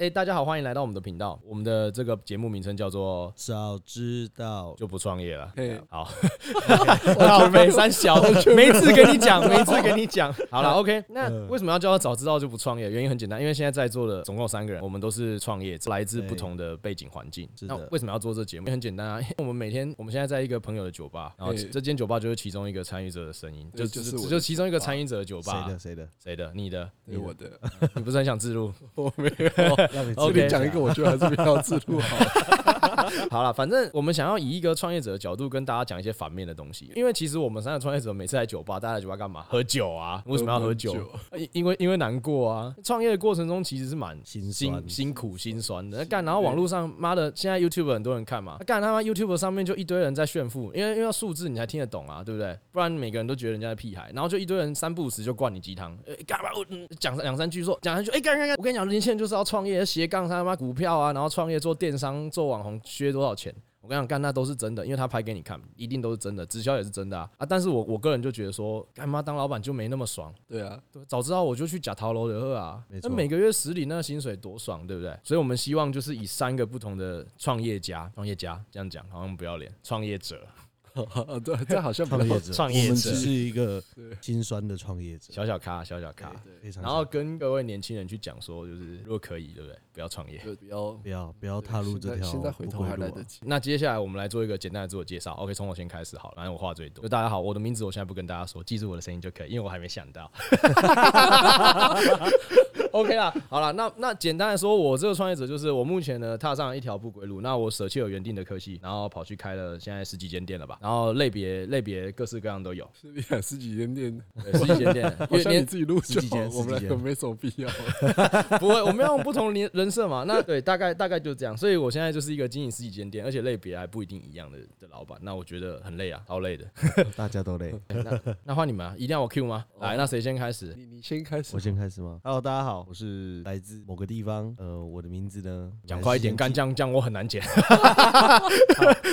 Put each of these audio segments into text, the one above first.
哎、大家好，欢迎来到我们的频道。我们的这个节目名称叫做早知道“就不创业 了嘿”。好，好北三小，没次跟你讲，没次跟你讲。好了，OK。那为什么要叫他早知道就不创业？原因很简单，因为现在在座的总共有三个人，我们都是创业者，来自不同的背景环境。是那的为什么要做这节目？也很简单啊，因 为我们每天，我们现在在一个朋友的酒吧，然后嘿这间酒吧就是其中一个参与者的声音，就对就就是我是的就其中一个参与者的酒谁吧。的谁的， 谁的？你的？对我的，你不是很想自录？我没有。让 你自己 OK 这里讲一个，我觉得还是比较自 录好。好了，反正我们想要以一个创业者的角度跟大家讲一些反面的东西，因为其实我们三个创业者每次来酒吧，大家来酒吧干嘛？喝酒啊？为什么要喝酒喝酒？因因为因为难过啊。创业的过程中其实是蛮心酸辛辛苦辛酸的。那干，然后网络上妈的，现在 YouTube 很多人看嘛，那干他妈 YouTube 上面就一堆人在炫富，因为因为要数字你才听得懂啊，对不对？不然每个人都觉得人家是屁孩，然后就一堆人三不五时就灌你鸡汤，呃干嘛？我嗯讲两三句说，讲两句，哎、干干干，我跟你讲，年轻人就是要创业，斜杠他妈股票啊，然后创业做电商、做网红，削多少钱？我跟你讲，干那都是真的，因为他拍给你看，一定都是真的，直销也是真的啊啊！但是我我个人就觉得说，干妈当老板就没那么爽，对啊， 对早知道我就去假逃楼的喝啊没，那错每个月十领那薪水多爽，对不对？所以我们希望就是以三个不同的创业家，创业家这样讲好像不要脸，创业者，哦对，这好像比较创业者，创业者我们只是一个对心酸的创业者，小小咖，小小咖，对，非常然后跟各位年轻人去讲说，就是如果可以，对不对？不要创业。就比较不要不要踏入这条现在回头不还归路来啊得及。 那接下来我们来做一个简单的自我介绍。OK，从我先开始好了，反正我话最多。就大家好，我的名字我现在不跟大家说，记住我的声音就可以，因为我还没想到。OK 啦，好啦，那那简单的说，我这个创业者就是我目前呢踏上了一条不归路。那我舍弃了原定的科系，然后跑去开了现在十几间店了吧，然后类别类别各式各样都有，是你两十几间店，对十几间店，好因为像你连自己录就十几好间，我们十几两间个没什么必要。 不会，我们要用不同人人设嘛。那对，大概大概就这样。所以我现在就是一个经营十几间店，而且类别还不一定一样的的老板。那我觉得很累啊，超累的。大家都 累。那那换你们啊，一定要我 Q 吗？来，那谁先开始？你你先开始我，先开始吗？Hello，大家好，我是来自某个地方，呃，我的名字呢，讲快一点，你们还干这样这样我很难剪。是 先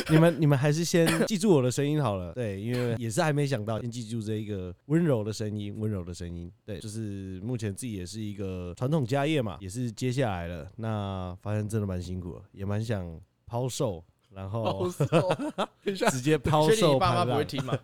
记，你们你们还是先记住我的声音好了，对，因为也是还没想到，先记住这一个温柔的声音，温柔的声音，对，就是目前自己也是一个传统家业嘛，也是接下来了，那发现真的蛮辛苦的，也蛮想抛售，然后好瘦 等一下， 直接抛哦确定售你爸妈盘不会烂，听 吗？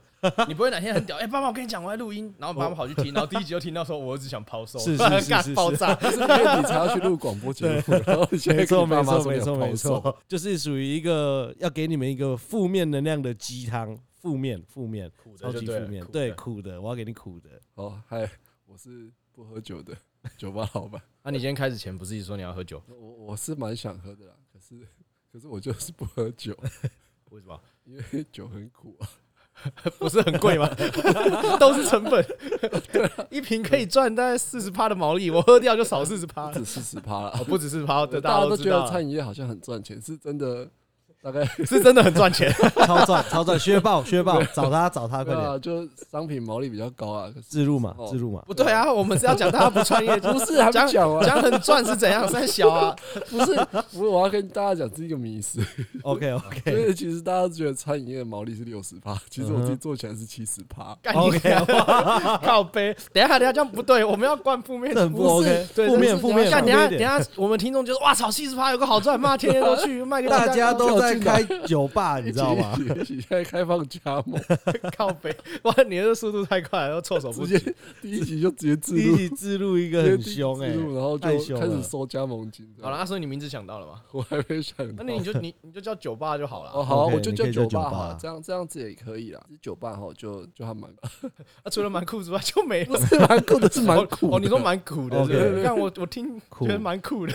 你不会哪天很屌？哎，爸妈，我跟你讲，我在录音，然后爸妈跑去 听，然后第一集就听到说，我儿子想抛售，是是是是干是爆炸。是因为你才要去录广播节目，然后你现在没错，跟你没爸妈错，说没你错，要没抛售，错，就是属于一个要给你们一个负面能量的鸡汤，负面，负面，苦的超就级对负了面苦，的对，苦的，我要给你苦的。哦，嗨，我是不喝酒的酒吧老板，那你今天开始前不是一直说你要喝酒？我我是蛮想喝的啦，可是可是我就是不喝酒，为什么？因为酒很苦啊。不是很 贵吗？都是成 本，一瓶可以赚大概四十趴的毛利，我喝掉就少四十趴了。只四十趴了。哦不只是趴，大这大家家都都觉知道得啊餐饮业好像很赚钱，是真的。大概是真的很赚钱。超赚，超赚，薛豹，薛豹，找他，找他，快 对点，啊，就商品毛利比较高啊。可是自入嘛哦，自入嘛， 不对啊，我们是要讲大家不创业，不是还讲没讲啊完？讲很赚是怎样？三小啊，不是，不是，我要跟大家讲这一个迷思， ，OK 就 OK 是其实大家觉得餐饮业的毛利是六十趴，其实我嗯自己做起来是七十趴。干你 OK， 靠背。等一下，等一下，这样不对，我们要灌负面这。很不 OK，对负面这是负面，干负等一面下一等一点下，我们听众就是哇，炒七十趴有个好赚，妈天天都 去卖给大家家都在开酒吧，你知道吗？一起？一起现在开放加盟， 靠背。哇，你的速度太快了，都措手不直及。接第一集就直接自第一录，集自入一个很凶哎直接，自录然后太凶就开了始收加盟金。好了，，啊阿所以你名字想到了哦吗？啊我还没想那到。你就你你就叫酒吧就好了。哦，好啊， OK，我就你叫可以叫酒酒吧吧好了，这样这样子也可以啦。酒吧哈，就就还蛮 那啊除了蛮酷之外就没 了。是蛮酷的，是蛮酷的。哦，你说蛮苦的， OK 对不对？但我我听酷觉得蛮酷的。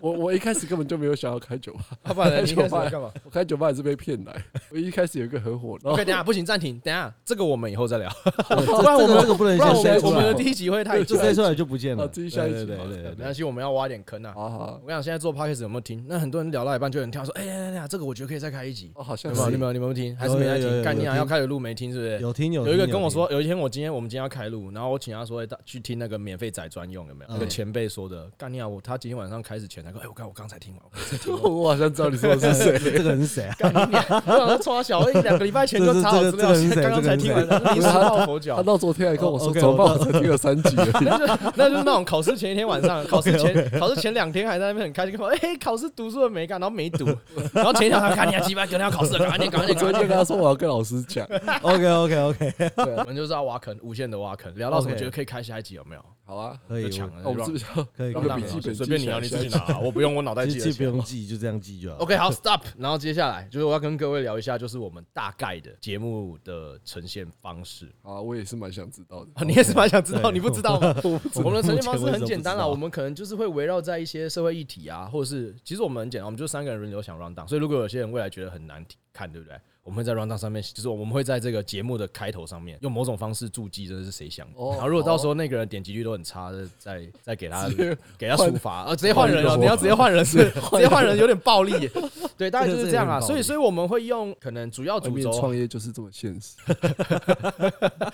我我一开始根本就没有想要开酒吧，啊不 然你一开始酒吧在干嘛？我开酒吧也是被骗来。我一开始有一个合伙，然哦 OK，后等一下不行，暂停，等一下这个我们以后 再聊，这不然我这们个这个不能不然先我塞们我出们的来第，一集会太就久。塞出来就不见了，啊自己下一对集对嘛对对没对关系，我们要挖点坑啊。好好我跟你讲，现在做 podcast 有没有听？那很多人聊到一半就有人跳说：“哎呀呀呀，这个我觉得可以再开一集。哦，好”像有没有？是 你们有你们有听？还是有没有在有听？有干有你娘听要开始录没听是不是？有听有有一个听跟我听 说，有一天我今天我们今天要开录，然后我请他说，哎、大去听那个免费仔专用有没有？嗯那个前辈说的，干你啊！我他今天晚上开始前才说，哎、我刚我刚才听完，我刚才听完。 我好像知道你说的是谁。这个人是谁啊？干你娘！我想抓小，我一两个礼拜前就查好资料，这是这现个在刚刚才听完，临时抱佛脚他。到昨天还跟我哦说， ，OK，怎么办？我我才听了三集而已。 那就是那种考试前一天晚上，考试前考试前两天还在那边很开心，跟我说 哎、考试读书了没干，然后没读，然后前一天还看你还鸡巴，隔天要考试了，赶快点，赶快我点，昨赶快点。天就跟他说，我要跟老师讲。 OK OK OK，对我啊，们就是要挖坑，无限的挖坑，聊到什么 OK 觉得可以开下一集有没有？好啊，可以就抢我了，那我们是不是要哎可以那可个以笔记本随便你啊，你记起自来己拿啊，我不用，我脑袋记其得 实起不来。用记，就这样记就好。 OK，好，Stop。然后接下来就是我要跟各位聊一下，就是我们大概的节目的呈现方式。 好啊，我也是蛮想知道的。 啊，你也是蛮想知道，对你不知道吗？道我们的呈现方式很简单目前为止不知啦，道我们可能就是会围绕在一些社会议题啊，或者是其实我们很简单，我们就三个人轮流想 round down，所以如果有些人未来觉得很难看，对不对？我们会在 round down 上面，就是我们会在这个节目的开头上面用某种方式注记这是谁想的。哦然后如果到时候那个人点击率都很差，再再再给他直接给他处罚，啊，直接换人换一了，个你要直接换人是直接换人有点暴力，对，大概这就是个真的这样有啊。点暴所以力所以我们会用可能主要外主面轴啊创业就是这么现实。对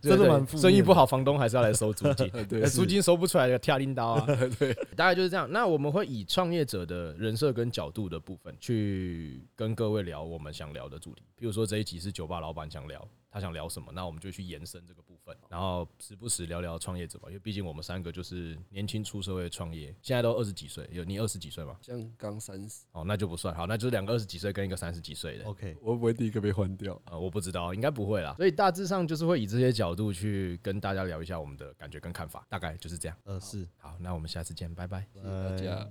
真的对蛮负生意面不好，房东还是要来收租 金。对呃是租金收不出来的跳拎刀啊，对，大概就是这样。那我们会以创业者的人设跟角度的部分去跟各位聊我们想聊的主题，比如说这一集是酒吧老板想聊。他想聊什么，那我们就去延伸这个部分，然后时不时聊聊创业者吧，因为毕竟我们三个就是年轻出社会创业，现在都二十几岁，有你二十几岁吗？像刚三十，哦，那就不算，好，那就是两个二十几岁跟一个三十几岁的， OK，我会不会第一个被换掉。呃，我不知道，应该不会啦。所以大致上就是会以这些角度去跟大家聊一下我们的感觉跟看法，大概就是这样。呃是，哎好，那我们下次见，拜拜。谢谢大家。